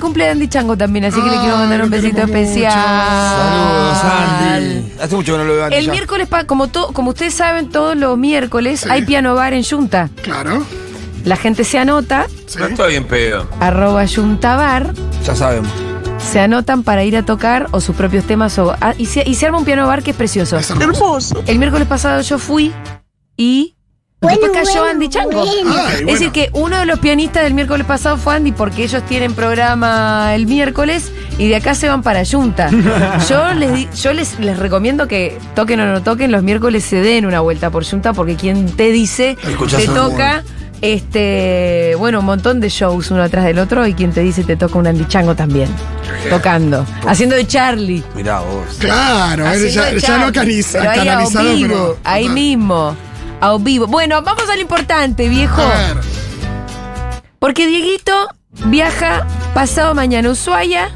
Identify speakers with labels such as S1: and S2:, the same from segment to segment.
S1: cumple Andy Chango también, así que le quiero mandar un besito especial.
S2: Saludos, Andy. Hace mucho que no lo veo Andy.
S1: Ah, El
S2: ya.
S1: miércoles, pa- como, to- como ustedes saben, todos los miércoles
S3: Sí.
S1: hay piano bar en Junta.
S3: Claro.
S1: La gente se anota,
S3: Sí.
S4: No estoy bien pedo.
S1: arroba Juntabar,
S2: Ya sabemos.
S1: se anotan para ir a tocar o sus propios temas o, ah, y, se, y se arma un piano bar que es precioso.
S3: Es hermoso.
S1: El miércoles pasado yo fui y después cayó Andy Chango.
S3: Ay, Ah, bueno.
S1: Es decir, que uno de los pianistas del miércoles pasado fue Andy porque ellos tienen programa el miércoles y de acá se van para Junta. Yo les di- yo les, les recomiendo que toquen o no toquen, los miércoles se den una vuelta por Junta porque quien te dice
S3: Escuchás
S1: te
S3: algo
S1: toca este bueno un montón de shows uno atrás del otro y quien te dice te toca un Andy Chango también. Tocando, haciendo de Charlie.
S2: Mirá vos.
S3: Claro, él
S1: Haciendo
S3: ya,
S1: de
S3: ya
S1: Charlie.
S3: lo caniza,
S1: Pero ahí a
S3: canalizado,
S1: vivo,
S3: pero.
S1: ahí
S3: total.
S1: mismo, a vivo. Bueno, vamos a lo importante, viejo.
S3: A ver,
S1: Porque Dieguito viaja pasado mañana a Ushuaia.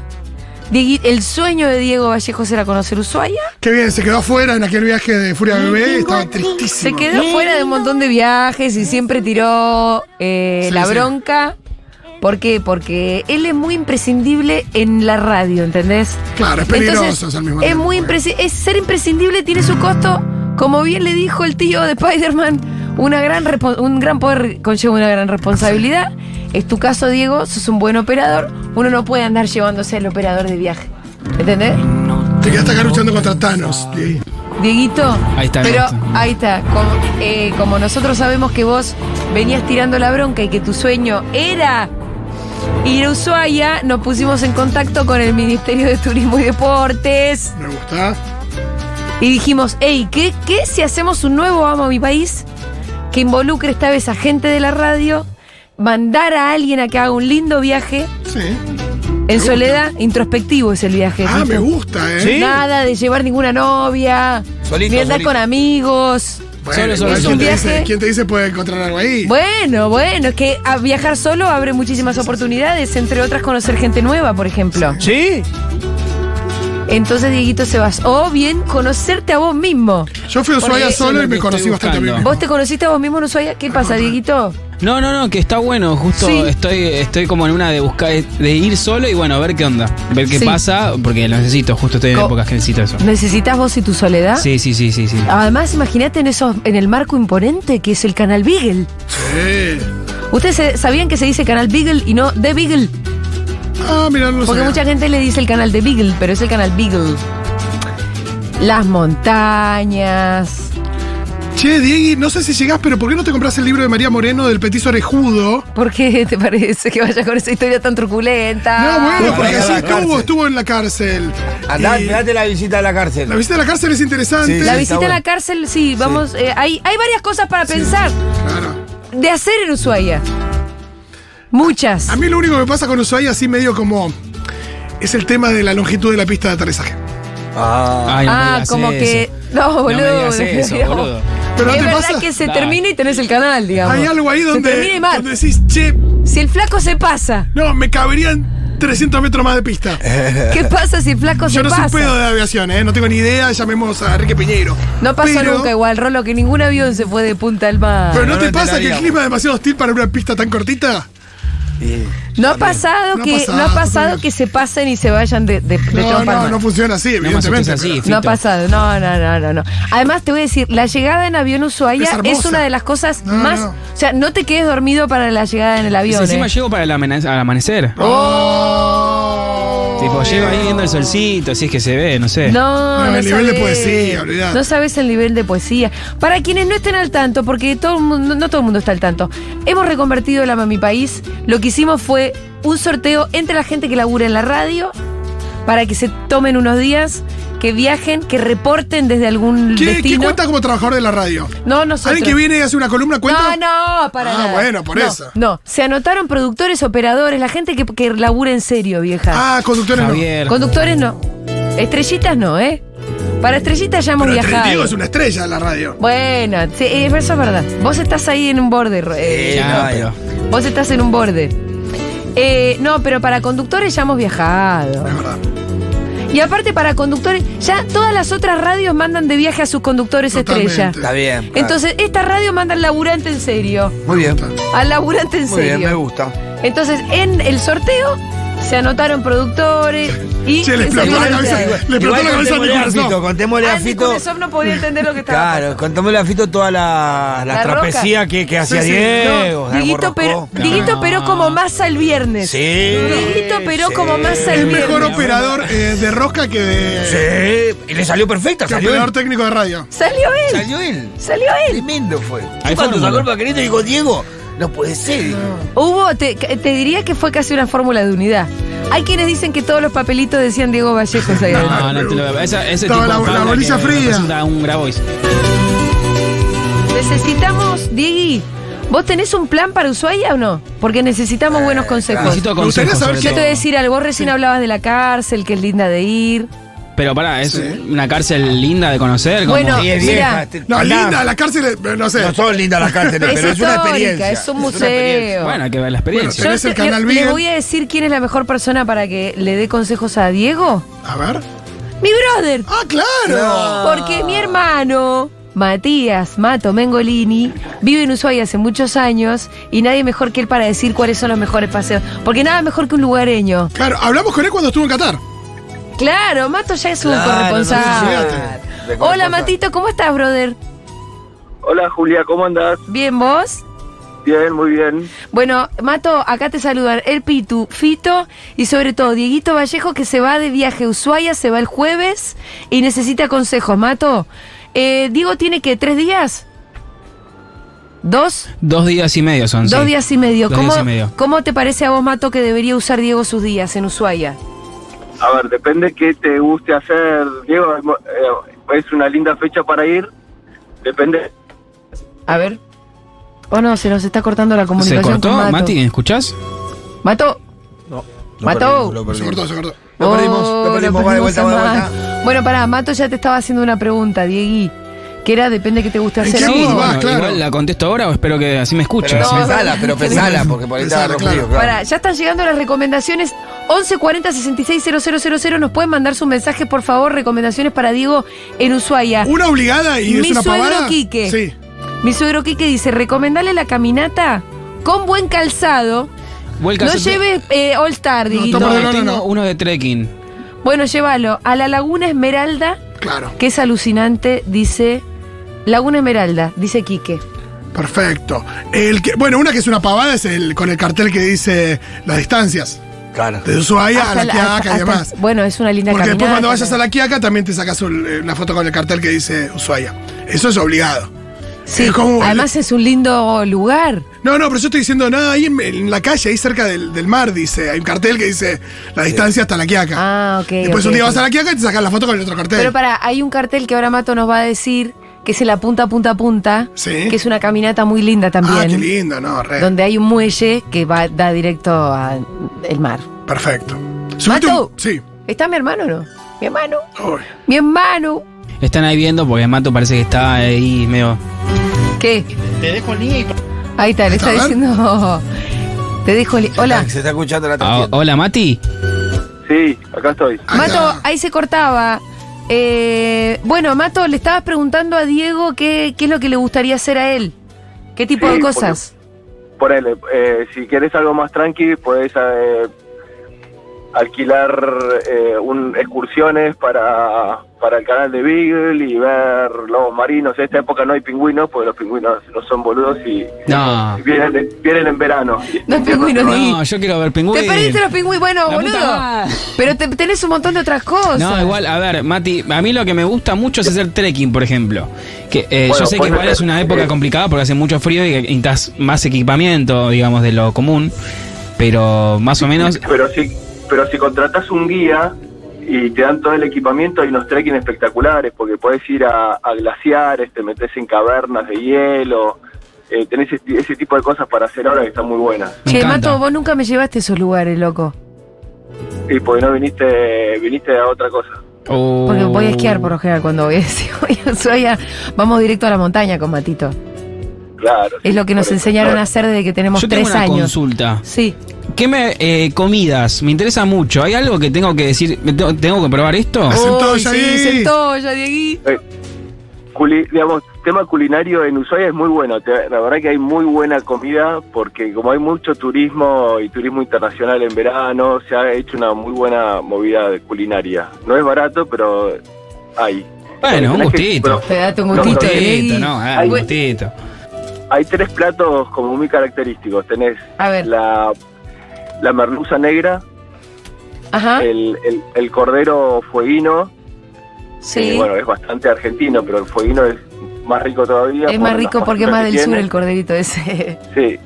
S1: Diegui- el sueño de Diego Vallejos era conocer Ushuaia.
S3: qué bien, se quedó afuera en aquel viaje de Furia Bebé, estaba
S1: Se
S3: tristísimo.
S1: quedó fuera de un montón de viajes y siempre tiró eh,
S3: Sí,
S1: la
S3: sí.
S1: bronca. ¿Por qué? Porque él es muy imprescindible en la radio, ¿entendés?
S3: Claro, es peligroso es al
S1: es
S3: mismo tiempo, pues.
S1: muy
S3: obvio.
S1: impresi- es Ser imprescindible tiene su costo, como bien le dijo el tío de Spider-Man, una gran respo- un gran poder conlleva una gran responsabilidad. Es tu caso, Diego, sos un buen operador. Uno no puede andar llevándose al operador de viaje. ¿Entendés?
S3: Te quedaste acá luchando contra Thanos. Diego.
S1: Dieguito.
S5: Ahí está,
S1: Pero
S5: ahí está.
S1: ahí está. Como, eh, como nosotros sabemos que vos venías tirando la bronca y que tu sueño era ir a Ushuaia, nos pusimos en contacto con el Ministerio de Turismo y Deportes
S3: Me gusta.
S1: y dijimos, hey, ¿qué, ¿qué si hacemos un nuevo Amo a mi país que involucre esta vez a gente de la radio, mandar a alguien a que haga un lindo viaje
S3: Sí.
S1: en soledad? Introspectivo es el viaje.
S3: Ah,
S1: Cristo.
S3: me gusta, ¿eh?
S5: Sí.
S1: Nada de llevar ninguna novia,
S2: Solito,
S1: ni andar
S2: solito.
S1: con amigos.
S5: Solo, solo,
S3: igual,
S5: solo.
S3: ¿quién, te
S1: Un
S3: dice,
S1: viaje.
S3: quién te dice puede encontrar algo ahí?
S1: Bueno, bueno, es que a viajar solo abre muchísimas oportunidades, entre otras conocer gente nueva, por ejemplo.
S5: ¿Sí?
S1: Entonces, Dieguito, se vas. O bien conocerte a vos mismo.
S3: Yo fui a Ushuaia
S5: Porque eso
S3: solo
S5: es
S3: y
S5: lo
S3: me
S5: que
S3: conocí
S5: estoy
S3: bastante bien.
S5: buscando.
S1: ¿Vos te conociste a vos mismo en Ushuaia? ¿Qué pasa, Dieguito?
S5: No, no, no, que está bueno. Justo
S1: Sí.
S5: estoy, estoy como en una de buscar, de ir solo y bueno, ver qué onda. Ver qué
S1: Sí.
S5: pasa, porque lo necesito. Justo estoy en
S1: Co- ¿Ah?
S5: épocas que necesito eso.
S1: ¿Necesitas vos y tu soledad?
S5: Sí, sí, sí, sí, sí.
S1: Además, imagínate en, esos- en el marco imponente que es el Canal Beagle.
S3: Sí.
S1: ¿Ustedes se- sabían que se dice Canal Beagle y no The Beagle?
S3: Ah, mirá, no lo
S1: Porque
S3: sabía.
S1: mucha gente le dice el canal de Beagle, pero es el canal Beagle. Las montañas.
S3: Che, Diegui, no sé si llegás, pero ¿por qué no te compras el libro de María Moreno del Petiso Orejudo?
S1: ¿Por qué te parece que vaya con esa historia tan truculenta?
S3: No, bueno,
S2: Ah,
S3: porque
S2: para
S3: así
S2: la
S3: estuvo,
S2: cárcel.
S3: estuvo en la cárcel.
S2: Andá,
S3: Y
S2: date la visita a la cárcel.
S3: La visita a la cárcel es interesante.
S2: Sí,
S1: La
S2: sí,
S1: visita
S2: está
S1: a la
S2: bueno.
S1: cárcel, sí, vamos. eh, hay, hay varias cosas para pensar
S3: Claro.
S1: de hacer en Ushuaia. Muchas.
S3: A mí lo único que pasa con Ushuaia, así medio como. Es el tema de la longitud de la pista de aterrizaje.
S2: Ah,
S5: Ay, no me
S1: ah,
S5: digas
S1: como
S5: eso.
S1: que. No,
S5: No me
S1: boludo.
S5: digas eso,
S1: no.
S5: boludo.
S3: Pero
S1: es
S3: ¿no te
S1: verdad
S3: pasa?
S1: que se
S5: Nah.
S1: termina y tenés el canal, digamos.
S3: Hay algo ahí
S1: Se termina
S3: donde,
S1: y más.
S3: donde decís, che,
S1: Si el flaco se pasa,
S3: no, me caberían 300 metros más de pista.
S1: ¿qué pasa si el flaco
S3: Yo
S1: se
S3: no soy
S1: pasa?
S3: un pedo de aviación, ¿eh? No tengo ni idea, llamemos a Enrique Piñeiro.
S1: No pasó
S3: Pero-
S1: nunca igual, Rolo, que ningún avión se fue de punta al mar.
S3: Pero ¿no
S2: no
S3: te
S2: te
S3: pasa
S2: la
S3: que el
S2: digamos.
S3: clima es demasiado hostil para una pista tan cortita?
S2: y-
S1: No ha pasado
S3: No ha
S1: que
S3: pasado,
S1: no ha pasado
S3: Dios.
S1: que se pasen y se vayan de, de, de
S3: No,
S1: Trompa al
S3: no,
S1: Mar.
S3: no funciona así,
S5: No más
S3: evidentemente.
S5: es así,
S3: pero-
S1: No ha
S5: Fito.
S1: pasado, no, no, no, no, no. Además te voy a decir, la llegada en avión a
S3: Es
S1: Ushuaia es,
S3: hermosa.
S1: una de las cosas
S3: No,
S1: más,
S3: no.
S1: o sea, no te quedes dormido para la llegada en el
S5: Y si
S1: avión.
S5: encima
S1: eh.
S5: llego para el amane- al amanecer.
S3: ¡Oh!
S5: tipo, llego ahí viendo el solcito, si es que se ve, no sé.
S1: No,
S3: No,
S1: no,
S3: el nivel de
S1: sabés.
S3: poesía, olvidate.
S1: No sabes el nivel de poesía. Para quienes no estén al tanto, porque todo el mundo, no todo el mundo está al tanto, hemos reconvertido la Mami País. Lo que hicimos fue un sorteo entre la gente que labura en la radio para que se tomen unos días, que viajen, que reporten desde algún
S3: ¿Qué, ¿Qué
S1: destino.
S3: cuenta como trabajador de la radio?
S1: No, nosotros.
S3: ¿Alguien que viene y hace una columna cuenta?
S1: No, no, para
S3: Ah,
S1: nada.
S3: bueno, por
S1: No,
S3: eso.
S1: No, se anotaron productores, operadores, la gente que, que labura en serio, vieja.
S3: Ah, conductores no.
S5: Javier.
S1: Conductores no. Estrellitas no, ¿eh? Para estrellitas ya hemos
S3: Pero
S1: viajado.
S3: Diego es una estrella de la radio.
S1: Bueno, sí, eh, eso es verdad. Vos estás ahí en un borde. eh,
S2: Eh,
S5: Ya,
S2: no,
S5: pero-
S1: vos estás en un borde. Eh, no, pero para conductores ya hemos viajado.
S3: Es verdad. Ah.
S1: Y aparte para conductores, ya todas las otras radios mandan de viaje a sus conductores
S3: Totalmente.
S1: estrella.
S2: Está bien. claro.
S1: Entonces, esta radio manda al laburante en serio.
S2: Muy bien.
S1: Al laburante en
S2: Muy bien, me
S1: serio.
S2: gusta.
S1: Entonces, en el sorteo se anotaron productores y
S3: Che, les
S1: se
S3: explotó la
S1: fueron
S3: cabeza.
S1: ustedes.
S3: Le explotó la cabeza a
S2: contémosle a
S3: Nicolás,
S2: Fito,
S3: no.
S2: contémosle a
S1: Andy
S2: Fito.
S1: Curazao no podía entender lo que estaba
S2: Claro, contémosle a Fito todas las las
S1: La roca.
S2: trapecías que, que hacía
S3: sí,
S2: Diego.
S1: No, Dieguito, pero, Dieguito Peró como masa el viernes.
S2: Sí.
S1: Dieguito Peró
S2: sí.
S1: como masa el
S3: Es
S1: viernes.
S3: mejor operador eh, de rosca que de
S2: Sí, y le salió perfecta,
S3: que
S2: salió
S3: operador
S2: él.
S3: técnico de radio.
S1: Salió él. Salió,
S2: Salió él.
S1: él.
S2: Tremendo fue.
S5: Ahí
S2: Yo cuando
S5: fórmula.
S2: sacó el paquerito digo, Diego, no puede ser. dijo.
S1: Hubo, te, te diría que fue casi una fórmula de unidad. Hay quienes dicen que todos los papelitos decían Diego Vallejos ahí adentro.
S5: No, no te lo esa, Ese
S3: Estaba
S5: tipo
S3: la-
S5: de
S3: la
S5: falda
S3: bolilla
S5: que
S3: fría.
S5: representa un Grabois.
S1: Necesitamos, Diegui, ¿vos tenés un plan para Ushuaia o no? Porque necesitamos
S2: Eh,
S1: buenos consejos.
S5: Necesito
S3: Me gustaría
S5: consejos,
S3: saber
S1: Yo
S5: sobre
S1: te voy a
S5: todo.
S1: decir algo, vos recién hablabas de la cárcel, que es linda de ir.
S5: Pero pará, es
S3: Sí.
S5: una cárcel linda de conocer. como-
S1: Bueno,
S2: Sí, es
S1: mirá.
S2: vieja, te-
S3: No,
S2: andá.
S3: linda, la cárcel, eh, no sé.
S2: No son lindas las cárceles,
S1: Es
S2: pero es una
S1: histórica,
S2: experiencia.
S1: es un
S2: una
S1: museo.
S2: experiencia.
S5: Bueno, hay que ver la experiencia.
S3: Bueno, Tenés el
S1: te-
S3: canal
S1: le-
S3: Bigel.
S1: le voy a decir quién es la mejor persona para que le dé consejos a Diego.
S3: A ver.
S1: Mi brother.
S3: Ah, claro.
S1: Porque mi hermano, Matías Mato Mengolini, vive en Ushuaia hace muchos años y nadie mejor que él para decir cuáles son los mejores paseos. Porque nada mejor que un lugareño.
S3: Claro, hablamos con él cuando estuvo en Qatar.
S1: Claro, Mato ya es un
S2: Claro,
S1: corresponsal.
S3: no sé si
S2: llegaste.
S1: Hola Matito, ¿cómo estás, brother?
S4: Hola Julia, ¿cómo andás?
S1: ¿Bien vos?
S4: Bien, muy bien.
S1: Bueno, Mato, acá te saludan el Pitu, Fito y sobre todo Dieguito Vallejo que se va de viaje a Ushuaia, se va el jueves y necesita consejos. Mato, eh, Diego tiene que tres días, dos,
S5: Dos días y medio son.
S1: dos
S5: sí.
S1: días y medio.
S5: Dos
S1: ¿Cómo,
S5: días y medio.
S1: ¿Cómo te parece a vos, Mato, que debería usar Diego sus días en Ushuaia?
S4: A ver, depende qué te guste hacer, Diego. eh, Es una linda fecha para ir. Depende.
S1: A ver. Oh no, se nos está cortando la
S5: ¿Se
S1: comunicación.
S5: cortó,
S1: con Mato.
S5: Mati? ¿Escuchás?
S1: Mato.
S2: Lo
S1: Mató.
S2: perdimos, lo
S3: Se cortó,
S2: perdimos.
S3: se cortó.
S2: Lo perdimos,
S1: Oh,
S2: lo perdimos, va de vuelta,
S1: perdimos
S2: va de
S1: a
S2: vuelta.
S1: Matt. Bueno, pará, Mato ya te estaba haciendo una pregunta, Diegui, que era depende que te guste hacer.
S3: qué
S1: a vos.
S3: modo vas, claro.
S5: igual la contesto ahora o espero que así me escuchen.
S2: Pero
S1: No,
S5: así me-
S2: pensala, pero pensala, porque por ahí está
S3: Pensala, claro.
S2: rompido,
S1: Pará, ya están llegando las recomendaciones 1140 000 Nos pueden mandar sus mensajes, por favor, recomendaciones para Diego en Ushuaia.
S3: Una obligada y
S1: Mi
S3: es una
S1: suegro
S3: pavada.
S1: Quique.
S3: Sí.
S1: Mi suegro Quique dice, recomendale la caminata con buen calzado.
S5: Vuelca
S1: no
S5: hace-
S1: lleves eh, All Star, Dieguito.
S3: toma-
S5: No,
S3: No, no,
S5: tengo
S3: no.
S5: uno de trekking.
S1: Bueno, llévalo a la Laguna Esmeralda,
S3: Claro.
S1: que es alucinante, dice... Laguna Esmeralda, dice Quique.
S3: Perfecto. El que, bueno, una que es una pavada es el con el cartel que dice las distancias.
S2: Claro.
S3: De Ushuaia a
S1: Hasta
S3: la
S1: hasta-
S3: Quiaca y
S1: hasta-
S3: demás.
S1: Bueno, es una linda
S3: Porque después
S1: caminata.
S3: cuando vayas a la Quiaca también te sacas un- eh, una foto con el cartel que dice Ushuaia. Eso es obligado.
S1: Sí,
S3: es como-
S1: además es un lindo lugar.
S3: No, no, pero yo estoy diciendo, nada, ahí en, en la calle, ahí cerca del, del mar, dice, hay un cartel que dice la distancia hasta la Quiaca.
S1: Ah, ok.
S3: Después
S1: ok,
S3: un día
S1: ok.
S3: vas a la Quiaca y te sacas la foto con el otro cartel.
S1: Pero para, hay un cartel que ahora Mato nos va a decir, que es en la punta, punta, punta,
S3: Sí.
S1: que es una caminata muy linda
S3: ah,
S1: también,
S3: qué lindo, no, re.
S1: donde hay un muelle que va, da directo al mar.
S3: Perfecto. Subite
S1: Mato,
S3: un- sí.
S1: ¿está mi hermano o no? Mi hermano,
S3: Uy.
S1: mi hermano.
S5: Están ahí viendo porque Mato parece que está ahí medio.
S1: ¿Qué? Te dejo el link. Ahí está, le
S3: A
S1: está
S3: ver.
S1: diciendo... Te dejo el link. Hola.
S2: Se está escuchando la
S5: Ah,
S2: tarjeta.
S5: hola, Mati.
S4: Sí, acá estoy.
S3: Ahí
S1: Mato,
S3: está.
S1: ahí se cortaba. Eh, bueno, Mato, le estabas preguntando a Diego qué, qué es lo que le gustaría hacer a él. ¿Qué tipo
S4: Sí,
S1: de cosas?
S4: Ponele, eh, si querés algo más tranqui, podés eh, alquilar eh, un, excursiones para, para el canal de Beagle y ver lobos marinos. En esta época no hay pingüinos, porque los pingüinos no son boludos y
S5: No.
S4: vienen, vienen en verano.
S1: No es pingüino,
S5: No, yo quiero ver pingüinos.
S1: Te perdiste los pingüinos, bueno,
S5: La puta
S1: boludo.
S5: madre.
S1: Pero te- tenés un montón de otras cosas.
S5: No, igual, a ver, Mati, a mí lo que me gusta mucho es hacer trekking, por ejemplo. Que, eh,
S4: Bueno,
S5: yo sé que
S4: puede
S5: igual
S4: ser.
S5: es una época
S4: Eh.
S5: complicada porque hace mucho frío y que necesitas más equipamiento, digamos, de lo común. Pero más o menos.
S4: Pero si, pero si contratás un guía y te dan todo el equipamiento, hay unos trekking espectaculares, porque podés ir a, a glaciares, te metes en cavernas de hielo, eh, tenés ese, ese tipo de cosas para hacer ahora que están muy buenas.
S5: Me
S1: Che,
S5: encanta.
S1: Mato, vos nunca me llevaste a esos lugares, loco.
S4: Y porque no viniste, viniste a otra cosa.
S5: Oh.
S1: Porque voy a esquiar por lo general cuando voy a si voy a Ushuaia, Vamos directo a la montaña con Matito.
S4: Claro.
S1: Es
S4: sí,
S1: lo que nos
S4: por eso.
S1: enseñaron a hacer desde que tenemos
S5: Yo tengo
S1: tres
S5: una
S1: años.
S5: consulta.
S1: Sí.
S5: ¿Qué me. eh, comidas? Me interesa mucho. ¿Hay algo que tengo que decir? ¿Me
S1: Oh,
S5: tengo, tengo que probar esto?
S3: Centolla,
S1: Ay, sí,
S3: Diegui.
S1: Centolla, Diegui.
S4: Eh, Juli, digamos, tema culinario en Ushuaia es muy bueno. Te- La verdad que hay muy buena comida porque como hay mucho turismo y turismo internacional en verano, se ha hecho una muy buena movida de culinaria. No es barato, pero hay.
S5: Bueno, un
S4: Tenés que-
S5: gustito.
S4: pero
S1: Te da tu
S4: No,
S5: Un
S1: gustito, ¿eh?
S4: no,
S5: gustito,
S1: Diegui.
S5: no, ah,
S4: Ay,
S5: un
S4: bueno.
S5: gustito.
S4: hay tres platos como muy característicos. Tenés
S1: A ver.
S4: la, la merluza negra,
S1: Ajá.
S4: el, el- el cordero fueguino, que,
S1: Sí.
S4: bueno, es bastante argentino, pero el fueguino es más rico todavía.
S1: Es
S4: por
S1: más
S4: las
S1: rico porque es
S4: pasitas
S1: más
S4: que
S1: del sur
S4: tiene.
S1: el corderito ese.
S4: Sí.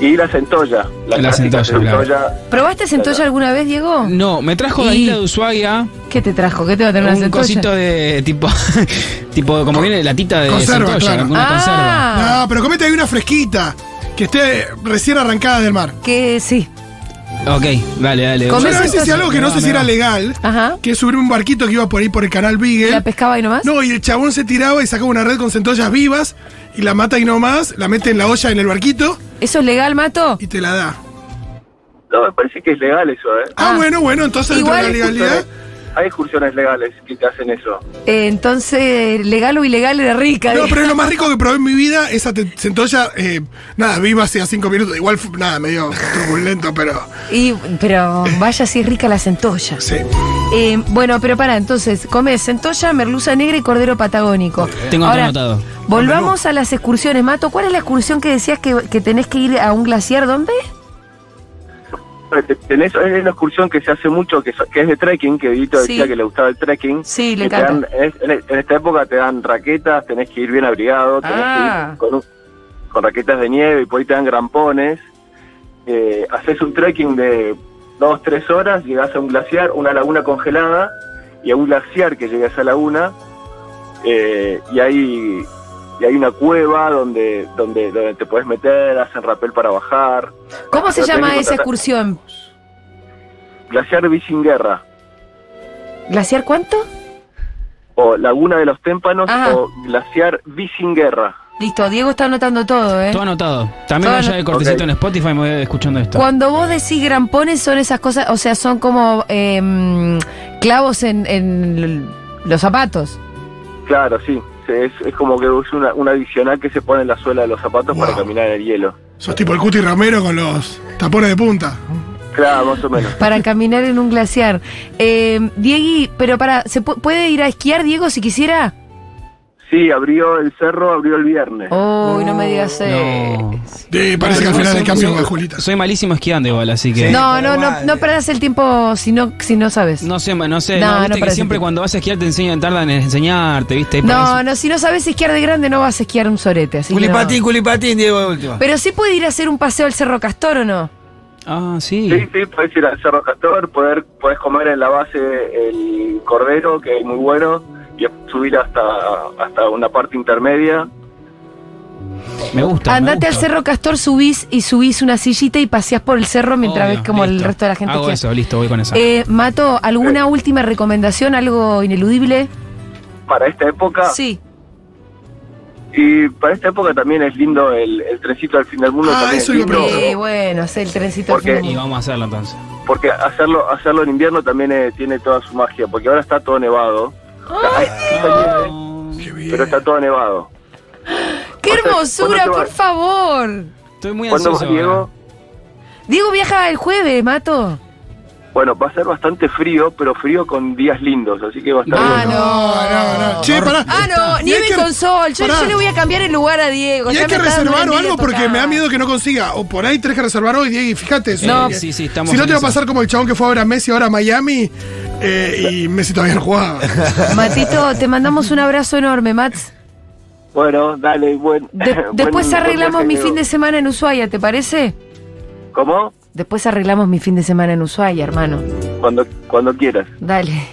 S4: Y la centolla. La,
S5: La
S4: clásica
S5: centolla, claro.
S1: ¿Probaste centolla alguna vez, Diego?
S5: No, me trajo
S1: Y-
S5: de ahí la de Ushuaia
S1: ¿Qué te trajo? ¿Qué te va a tener una
S5: un cosito
S1: centolla?
S5: de tipo, tipo como viene la tita de
S3: Conserva,
S5: centolla,
S3: claro.
S5: alguna conserva.
S1: ah,
S3: No, pero comete ahí una fresquita. Que esté recién arrancada del mar.
S1: que sí.
S5: Ok, dale, dale.
S1: Come
S3: Yo una vez hice
S1: centolla.
S3: algo que no
S5: Me
S3: sé
S5: va,
S3: si
S5: me
S3: era
S5: va.
S3: legal,
S1: Ajá.
S3: que es subirme un barquito que iba por ahí por el canal Beagle.
S1: ¿La pescaba y nomás?
S3: No, y el chabón se tiraba y sacaba una red con centollas vivas y la mata y no más, la mete en la olla en el barquito
S1: ¿Eso es legal, Mato?
S3: y te la da.
S4: No, me parece que es legal eso, ¿eh?
S3: Ah,
S1: Ah.
S3: bueno, bueno, entonces dentro de la
S1: Igual-
S3: legalidad.
S4: Hay excursiones legales que te hacen eso.
S1: Eh, entonces, legal o ilegal era rica.
S3: No,
S1: Diego.
S3: pero es lo más rico que probé en mi vida, esa te- centolla, eh, nada, viva hacía cinco minutos, igual fu- nada, medio turbulento, pero
S1: Y, pero vaya si es rica la centolla.
S3: sí.
S1: Eh, bueno, pero para, entonces, comes centolla, merluza negra y cordero patagónico.
S5: Tengo todo anotado.
S1: Volvamos a las excursiones, Mato. ¿Cuál es la excursión que decías que, que tenés que ir a un glaciar? ¿Dónde?
S4: Te- Tenés, es una excursión que se hace mucho, que, so- que es de trekking, que Edito
S1: Sí.
S4: decía que le gustaba el trekking.
S1: Sí, le
S4: Que te
S1: encanta.
S4: dan- en, en- en esta época te dan raquetas, tenés que ir bien abrigado, tenés
S1: Ah.
S4: que ir con, un- con raquetas de nieve y por ahí te dan grampones. Eh, haces un trekking de dos, tres horas, llegás a un glaciar, una laguna congelada, y a un glaciar que llega a esa laguna, eh, y hay y hay una cueva donde, donde, donde te puedes meter, hacen rappel para bajar.
S3: Ah,
S1: ¿Cómo se
S4: Pero tenés
S1: llama esa
S4: que contratar-
S1: excursión?
S4: Glaciar Vicinguerra.
S1: ¿Glaciar cuánto?
S4: o Laguna de los Témpanos
S1: Ajá.
S4: o Glaciar Vicinguerra.
S1: Listo, Diego está anotando todo, ¿eh?
S5: Todo anotado. También
S1: Todo
S5: voy ya
S1: anot-
S5: de cortecito en
S4: Ok.
S5: Spotify me voy escuchando esto.
S1: Cuando vos decís grampones son esas cosas, o sea, son como em, clavos en, en los zapatos.
S4: Claro, sí. Se- Es, es como que es una, un adicional que se pone en la suela de los zapatos
S3: Wow.
S4: para caminar en el hielo.
S3: Sos tipo el Cuti Romero con los tapones de punta.
S4: Claro, más o menos.
S1: Para caminar en un glaciar. Eh, Diegui, pero para, ¿se pu- puede ir a esquiar, Diego, si quisiera?
S4: Sí, abrió el cerro, abrió el viernes.
S1: Uy, no me digas eso.
S5: No.
S3: Sí, parece que al final
S5: Soy-
S3: del cambio
S5: soy-
S3: con Julita.
S5: Soy malísimo esquiando igual, así que.
S2: Sí.
S1: No,
S2: pero
S1: no, no,
S2: igual,
S1: no
S2: eh.
S1: perdas el tiempo si no, si no sabes. No,
S5: No sé, ma- no sé.
S1: No,
S5: No,
S1: no
S5: viste que
S1: parece
S5: siempre
S1: que-
S5: cuando vas a esquiar te enseñan, tardan en enseñarte, viste. Y
S1: no,
S5: parece-
S1: si no sabes esquiar de grande no vas a esquiar un sorete. Así que no.
S2: Culipatín, culipatín, Diego de última.
S1: Pero sí puede ir a hacer un paseo al Cerro Castor o no.
S5: Ah, sí.
S4: Sí, sí, podés ir al Cerro Castor, poder, podés comer en la base el cordero, que es muy bueno, y subir hasta, hasta una parte intermedia.
S5: Me gusta. me
S1: Andate al
S5: gusta.
S1: Cerro Castor, subís y subís una sillita y paseás por el cerro mientras
S5: Obvio,
S1: ves como el
S5: listo.
S1: resto de la gente
S5: Hago
S1: esquía.
S5: eso, listo, voy con esa.
S1: Eh, Mato, ¿alguna última recomendación? ¿Algo ineludible?
S4: Para esta época,
S1: Sí.
S4: y para esta época también es lindo el, el trencito al fin del mundo.
S3: Ah,
S4: también
S3: eso
S4: es
S3: iba a
S4: lindo.
S3: preguntar.
S1: Eh, bueno, hacer el trencito.
S4: Porque-
S1: al fin
S5: y
S1: del mundo.
S5: vamos a hacerlo entonces.
S4: Porque hacerlo hacerlo en invierno también eh, tiene toda su magia, porque ahora está todo nevado. O
S1: ¡Ah!
S4: sea, hay mucha nieve,
S3: Qué bien.
S4: eh, pero está todo nevado.
S1: ¡Qué
S4: ¿cuándo-
S1: hermosura,
S4: cuándo te
S1: por
S4: vas?
S1: favor!
S5: Estoy muy
S4: ¿Cuándo
S5: ansioso.
S4: vas, Diego?
S1: Diego viaja el jueves, Mato.
S4: Bueno, va a ser bastante frío, pero frío con días lindos, así que va a estar
S1: Ah,
S4: bueno.
S1: no.
S3: no, no. Che, pará.
S1: Ah, no,
S3: Y
S1: nieve
S3: hay que-
S1: con sol. Yo,
S3: pará.
S1: yo le voy a cambiar el lugar a Diego.
S3: Y
S1: ya
S3: hay que
S1: me está dando
S3: reservar o
S1: ganas de
S3: algo porque
S1: tocar.
S3: me da miedo que no consiga. O por ahí tenés que reservar hoy, Diego, y fíjate. eso,
S5: No.
S3: porque
S5: Sí, sí, estamos
S3: Si no
S5: en
S3: te va a
S5: esa.
S3: pasar como el chabón que fue ahora a Messi, ahora a Miami, eh, y Messi todavía no jugaba.
S1: Matito, te mandamos un abrazo enorme, Mats.
S4: Bueno, dale, buen,
S1: De-
S4: buen-
S1: después
S4: buen
S1: arreglamos
S4: viaje,
S1: mi
S4: Diego.
S1: fin de semana en Ushuaia, ¿te parece?
S4: ¿Cómo?
S1: Después arreglamos mi fin de semana en Ushuaia, hermano.
S4: Cuando, cuando quieras.
S1: Dale.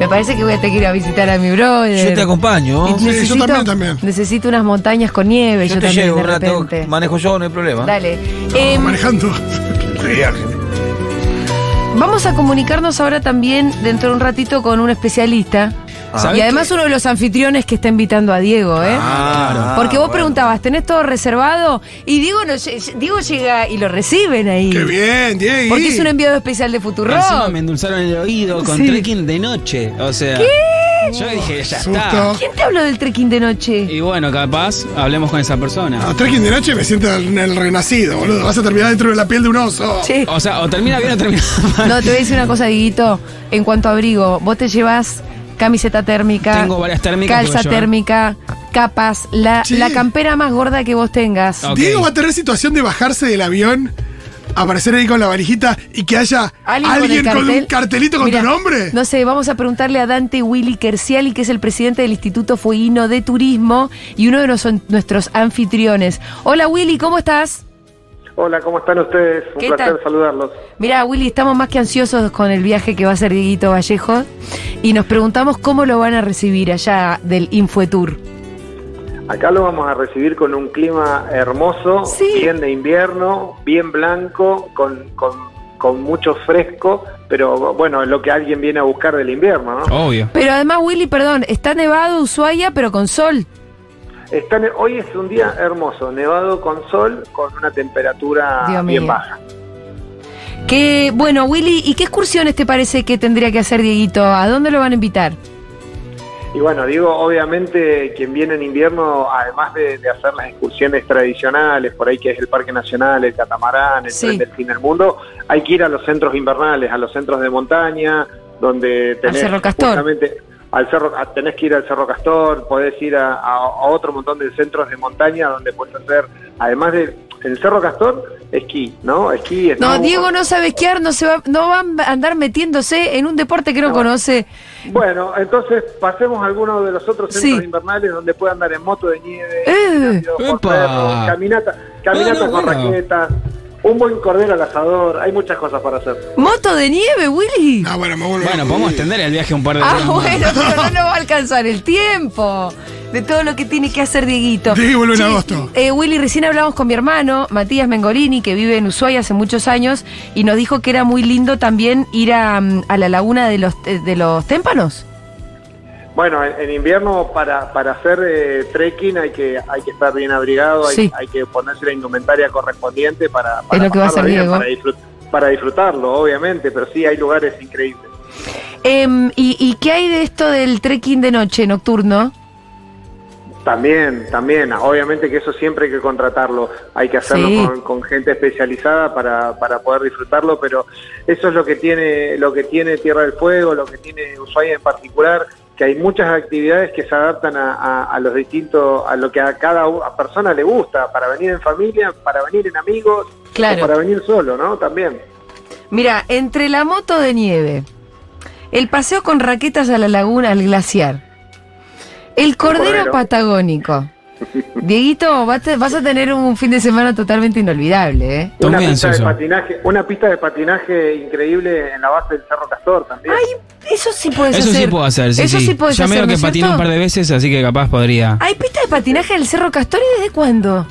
S1: Me parece que voy a tener que ir a visitar a mi brother.
S2: Yo te acompaño.
S1: Y
S3: Sí, yo también, también.
S1: Necesito unas montañas con nieve, yo,
S2: Yo te
S1: también
S2: llevo
S1: de
S2: un rato.
S1: repente.
S2: Manejo yo, no hay problema.
S1: Dale. Em,
S3: Manejando.
S1: vamos a comunicarnos ahora también dentro de un ratito con un especialista.
S5: Ah. ¿Sabés
S1: Y además
S5: qué?
S1: uno de los anfitriones que está invitando a Diego, ¿eh?
S2: Ah,
S1: Porque vos
S2: bueno.
S1: preguntabas, ¿tenés todo reservado? Y Diego, no lle- Diego llega y lo reciben ahí.
S3: Qué bien, Diego.
S1: Porque
S5: Ah,
S1: es un enviado especial de Futuro.
S5: Encima me endulzaron el oído con
S1: Sí.
S5: trekking de noche. O sea, Yo dije, ya
S3: Susto.
S5: está.
S1: ¿Quién te habló del trekking de noche?
S5: Y bueno, capaz hablemos con esa persona.
S3: A trekking de noche me siento en el renacido, boludo. Vas a terminar dentro de la piel de un oso.
S1: Che.
S5: O sea, o termina bien o termina mal.
S1: No, te voy a decir una cosa, Diguito. En cuanto a abrigo, vos te llevas camiseta térmica,
S5: Tengo varias térmicas,
S1: calza
S5: puedo llevar.
S1: térmica, capas, la,
S3: Sí.
S1: la campera más gorda que vos tengas.
S5: Ok.
S3: Diego va a tener situación de bajarse del avión, aparecer ahí con la varijita y que haya alguien, con,
S1: el
S3: un cartelito con
S1: Mira,
S3: tu nombre.
S1: No sé, vamos a preguntarle a Dante Willy Kerciali, que es el presidente del Instituto Fueguino de Turismo y uno de nos- nuestros anfitriones. Hola Willy, ¿cómo estás?
S6: Hola, ¿cómo están ustedes? Un
S1: ¿Qué
S6: placer
S1: tal?
S6: saludarlos.
S1: Mira, Willy, estamos más que ansiosos con el viaje que va a hacer Dieguito Vallejo y nos preguntamos cómo lo van a recibir allá del Infoetour.
S6: Acá lo vamos a recibir con un clima hermoso,
S1: Sí.
S6: bien de invierno, bien blanco, con, con, con mucho fresco, pero bueno, es lo que alguien viene a buscar del invierno, ¿no?
S5: Obvio.
S1: Pero además, Willy, perdón, está nevado Ushuaia, pero con sol.
S6: Está ne- hoy es un día hermoso, nevado con sol, con una temperatura
S1: Dios
S6: bien
S1: mío.
S6: baja.
S1: Que, bueno, Willy, ¿y qué excursiones te parece que tendría que hacer Dieguito? ¿A dónde lo van a invitar?
S6: Y bueno, digo, obviamente quien viene en invierno, además de, de hacer las excursiones tradicionales, por ahí que es el Parque Nacional, el catamarán, el
S1: Sí.
S6: tren del fin del mundo, hay que ir a los centros invernales, a los centros de montaña, donde tenés
S1: Cerro Castor.
S6: justamente al cerro, a- tenés que ir al Cerro Castor, podés ir a, a- a otro montón de centros de montaña donde puedes hacer, además de el Cerro Castor, esquí, ¿no? Esquí,
S1: No,
S6: snowboard.
S1: Diego no sabe esquiar, no, se va, no va a andar metiéndose en un deporte que no,
S6: No.
S1: conoce.
S6: Bueno, entonces pasemos a alguno de los otros centros
S1: Sí.
S6: invernales donde pueda andar en moto de nieve,
S1: Eh.
S6: rápido, por
S5: Epa. Ah,
S6: perros, caminata, caminatas
S5: No, no,
S6: con
S5: bueno.
S6: raquetas, un buen cordero al asador, hay muchas cosas para hacer.
S1: ¿Moto de nieve, Willy?
S3: Ah, bueno, me vuelvo.
S5: Bueno, podemos extender el viaje un par de
S1: ah,
S5: días más.
S1: bueno, pero no nos va a alcanzar el tiempo de todo lo que tiene que hacer Dieguito.
S3: Diego vuelve en
S1: Sí,
S3: agosto.
S1: Eh, Willy, recién hablamos con mi hermano, Matías Mengolini, que vive en Ushuaia hace muchos años, y nos dijo que era muy lindo también ir a, mm, a la laguna de los, eh, de los témpanos.
S6: Bueno, en, en invierno para, para hacer eh, trekking hay que hay que estar bien abrigado, hay,
S1: Sí.
S6: hay que ponerse la indumentaria correspondiente para, para
S1: lo que va a hacer
S6: pasarla bien,
S1: Diego.
S6: para, disfrut- para disfrutarlo, obviamente, pero sí hay lugares increíbles.
S1: Em, y, ¿Y qué hay de esto del trekking de noche nocturno?
S6: También, también, obviamente que eso siempre hay que contratarlo, hay que hacerlo
S1: Sí.
S6: con, con gente especializada para, para poder disfrutarlo, pero eso es lo que tiene, lo que tiene Tierra del Fuego, lo que tiene Ushuaia en particular, que hay muchas actividades que se adaptan a, a- a los distintos, a lo que a cada u- a persona le gusta, para venir en familia, para venir en amigos,
S1: Claro.
S6: o para venir solo, ¿no? También.
S1: Mira, entre la moto de nieve, el paseo con raquetas a la laguna, al glaciar, el cordero,
S6: cordero.
S1: patagónico. Dieguito, vas te- vas a tener un fin de semana totalmente inolvidable, ¿eh?
S5: Estoy
S6: una
S5: muy
S6: pista
S5: ansioso.
S6: de patinaje, una pista de patinaje increíble en la base del Cerro Castor también.
S1: Eso sí puedes
S5: Eso
S1: hacer.
S5: sí puedo hacer, sí,
S1: Eso sí,
S5: sí.
S1: puedes
S5: Ya
S1: hacer,
S5: medio
S1: ¿no
S5: que
S1: es
S5: patino
S1: cierto?
S5: un par de veces, así que capaz podría.
S1: ¿Hay pista de patinaje del Cerro Castor y desde cuándo?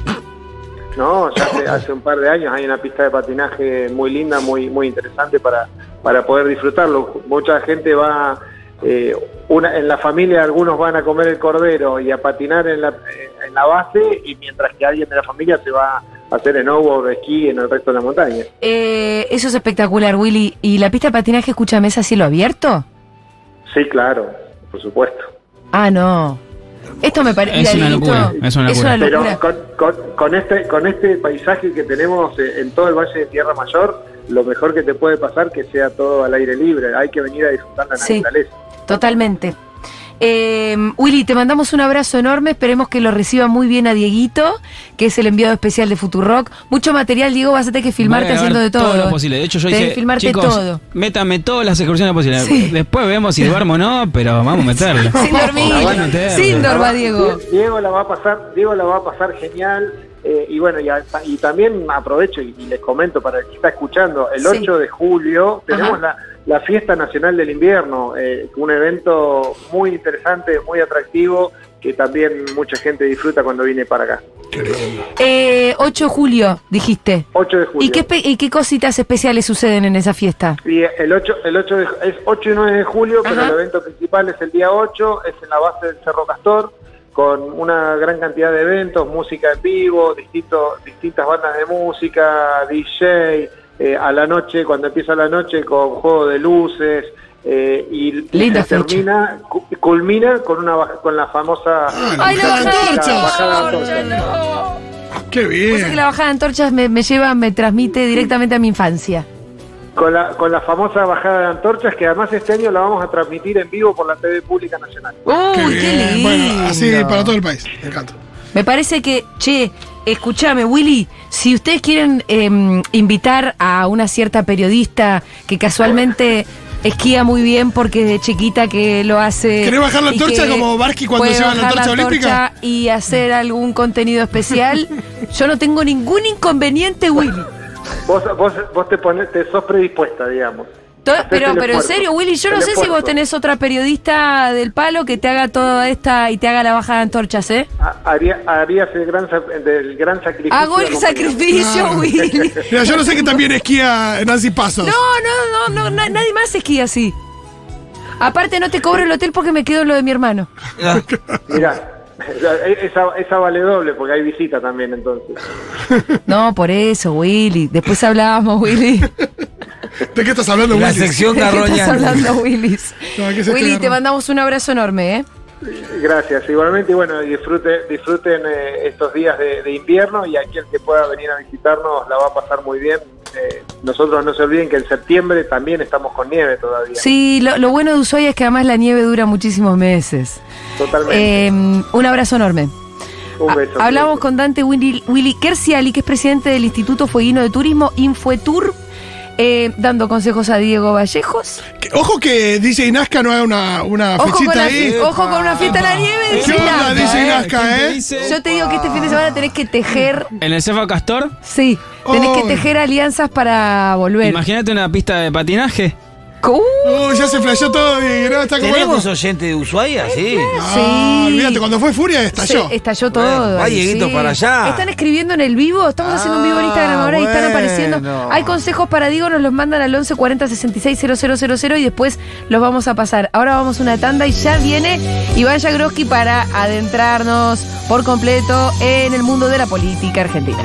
S6: No, ya hace, hace un par de años hay una pista de patinaje muy linda, muy muy interesante para, para poder disfrutarlo. Mucha gente va, eh, una, en la familia algunos van a comer el cordero y a patinar en la, eh, en la base y mientras que alguien de la familia se va a hacer en o esquí en el resto de la montaña.
S1: Eh, eso es espectacular, Willy. ¿Y la pista de patinaje, escúchame, es a cielo abierto?
S6: Sí, claro, por supuesto.
S1: Ah, no. Esto me parece.
S5: Es una locura, es una locura.
S6: Pero con, con- con este, con este paisaje que tenemos eh, en todo el Valle de Tierra Mayor, lo mejor que te puede pasar que sea todo al aire libre. Hay que venir a disfrutar la
S1: Sí.
S6: naturaleza.
S1: Totalmente. Eh, Willy, te mandamos un abrazo enorme. Esperemos que lo reciba muy bien a Dieguito, que es el enviado especial de Futurock. Mucho material, Diego, vas a tener que filmarte
S5: Voy a ver
S1: haciendo de todo.
S5: lo posible. De hecho, yo
S1: Tenés
S5: dije,
S1: que filmarte
S5: chicos,
S1: todo.
S5: métame todas las excursiones posibles.
S1: Sí.
S5: Después vemos si duermo o no, pero vamos a meterle.
S1: Sin dormir,
S5: La van a meter.
S1: sin
S6: La
S1: dormir,
S6: va-
S1: Diego.
S6: Die- Diego la va a pasar, Diego la va a pasar genial. eh, y bueno, y, a- y también aprovecho y, y les comento para el que está escuchando, el
S1: Sí.
S6: 8 de julio tenemos la, la Fiesta Nacional del Invierno, eh, un evento muy interesante, muy atractivo, que también mucha gente disfruta cuando viene para acá.
S1: Eh, 8 de julio, dijiste.
S6: 8 de julio.
S1: ¿Y qué, espe- y qué cositas especiales suceden en esa fiesta?
S6: Y el 8, el 8 de- es 8 y 9 de julio, pero
S1: Ajá.
S6: el evento principal es el día 8, es en la base del Cerro Castor, con una gran cantidad de eventos, música en vivo, distinto, distintas bandas de música, DJ, eh, a la noche, cuando empieza la noche, con juego de luces, eh, y
S1: Linda
S6: se termina, cu- culmina con una baja- con la famosa
S1: ¡Ay, la
S3: Bajada
S1: bajada de
S3: de antorchas.
S1: antorchas! no.
S3: Qué
S1: Pasa que
S3: bien.
S1: la bajada de antorchas me, me lleva, me transmite directamente a mi infancia.
S6: con la con la famosa bajada de antorchas que además este año la vamos a transmitir en vivo por la TV Pública Nacional.
S1: ¡Uy, qué lindo!
S3: Bueno, así para todo el país. Me encanta.
S1: Me parece que, che, escúchame, Willy, si ustedes quieren eh, invitar a una cierta periodista que casualmente esquía muy bien porque de chiquita que lo hace.
S3: ¿Querés bajar la
S1: y
S3: antorcha
S1: que
S3: como Barsky cuando
S1: puede
S3: lleva la
S1: bajar
S3: antorcha olímpica?
S1: antorcha Y hacer algún contenido especial. Yo no tengo ningún inconveniente, Willy.
S6: Vos vos, vos te pones te sos predispuesta, digamos.
S1: To-
S6: Hacete
S1: pero,
S6: el
S1: pero en
S6: esfuerzo.
S1: serio, Willy, yo no
S6: El
S1: sé si vos
S6: esfuerzo.
S1: tenés otra periodista del palo que te haga toda esta y te haga la bajada de antorchas, ¿eh?
S6: Ha- Haría, harías el gran, sa- del gran sacrificio.
S1: Hago el
S6: acompañado.
S1: sacrificio,
S3: Claro.
S1: Willy.
S3: Mira, yo no sé que también esquía Nancy Pasos.
S1: No, no, no, no, na- nadie más esquía así. Aparte no te cobro el hotel porque me quedo en lo de mi hermano.
S2: Ah,
S6: Mirá, esa, esa vale doble porque hay visita también entonces.
S1: No, por eso, Willy. Después hablábamos, Willy.
S3: ¿De qué estás hablando,
S2: la
S3: Willy?
S2: sección
S1: ¿De qué estás
S2: carroña.
S1: hablando, Willis?
S3: No, ¿qué es este
S1: Willy, te
S3: garro-
S1: mandamos un abrazo enorme, ¿eh?
S6: Gracias, igualmente, y bueno, disfrute, disfruten eh, estos días de, de invierno y aquel que pueda venir a visitarnos la va a pasar muy bien. Eh, nosotros no se olviden que en septiembre también estamos con nieve todavía.
S1: Sí, lo, lo bueno de Ushuaia es que además la nieve dura muchísimos meses.
S6: Totalmente.
S1: Eh, un abrazo enorme.
S6: Un beso.
S1: Ha- Hablamos con Dante Willy, Willy Kersiali, que es presidente del Instituto Fueguino de Turismo, Infuetur, eh, dando consejos a Diego Vallejos.
S3: Que- Ojo que DJ Nazca no haga una, una
S1: Ojo con,
S3: fichita
S1: la,
S3: ahí.
S1: ojo con una fiesta en la nieve. de
S3: ¿Qué onda,
S1: Chilapa,
S3: DJ
S1: eh.
S3: Nazca, eh?
S1: Yo te digo que este fin de semana tenés que tejer,
S5: En el Cefa Castor,
S1: sí, tenés
S3: Oh.
S1: que tejer alianzas para volver.
S5: imagínate una pista de patinaje.
S1: Uh,
S3: Uy, ya se flasheó todo y no, está como
S2: ¿Tenemos
S3: loco.
S2: oyente de Ushuaia? Sí.
S3: Ah,
S1: Sí.
S3: olvídate, cuando fue Furia
S1: se-
S3: estalló.
S1: estalló
S2: Bueno,
S1: todo.
S2: va,
S1: ahí,
S2: Dieguito, para allá.
S1: Están escribiendo en el vivo, estamos haciendo un vivo en Instagram ahora y están
S2: bueno.
S1: apareciendo. Hay consejos para Diego, nos los mandan al 11 40 66 000 y después los vamos a pasar. Ahora vamos a una tanda y ya viene Iván Yagroski para adentrarnos por completo en el mundo de la política argentina.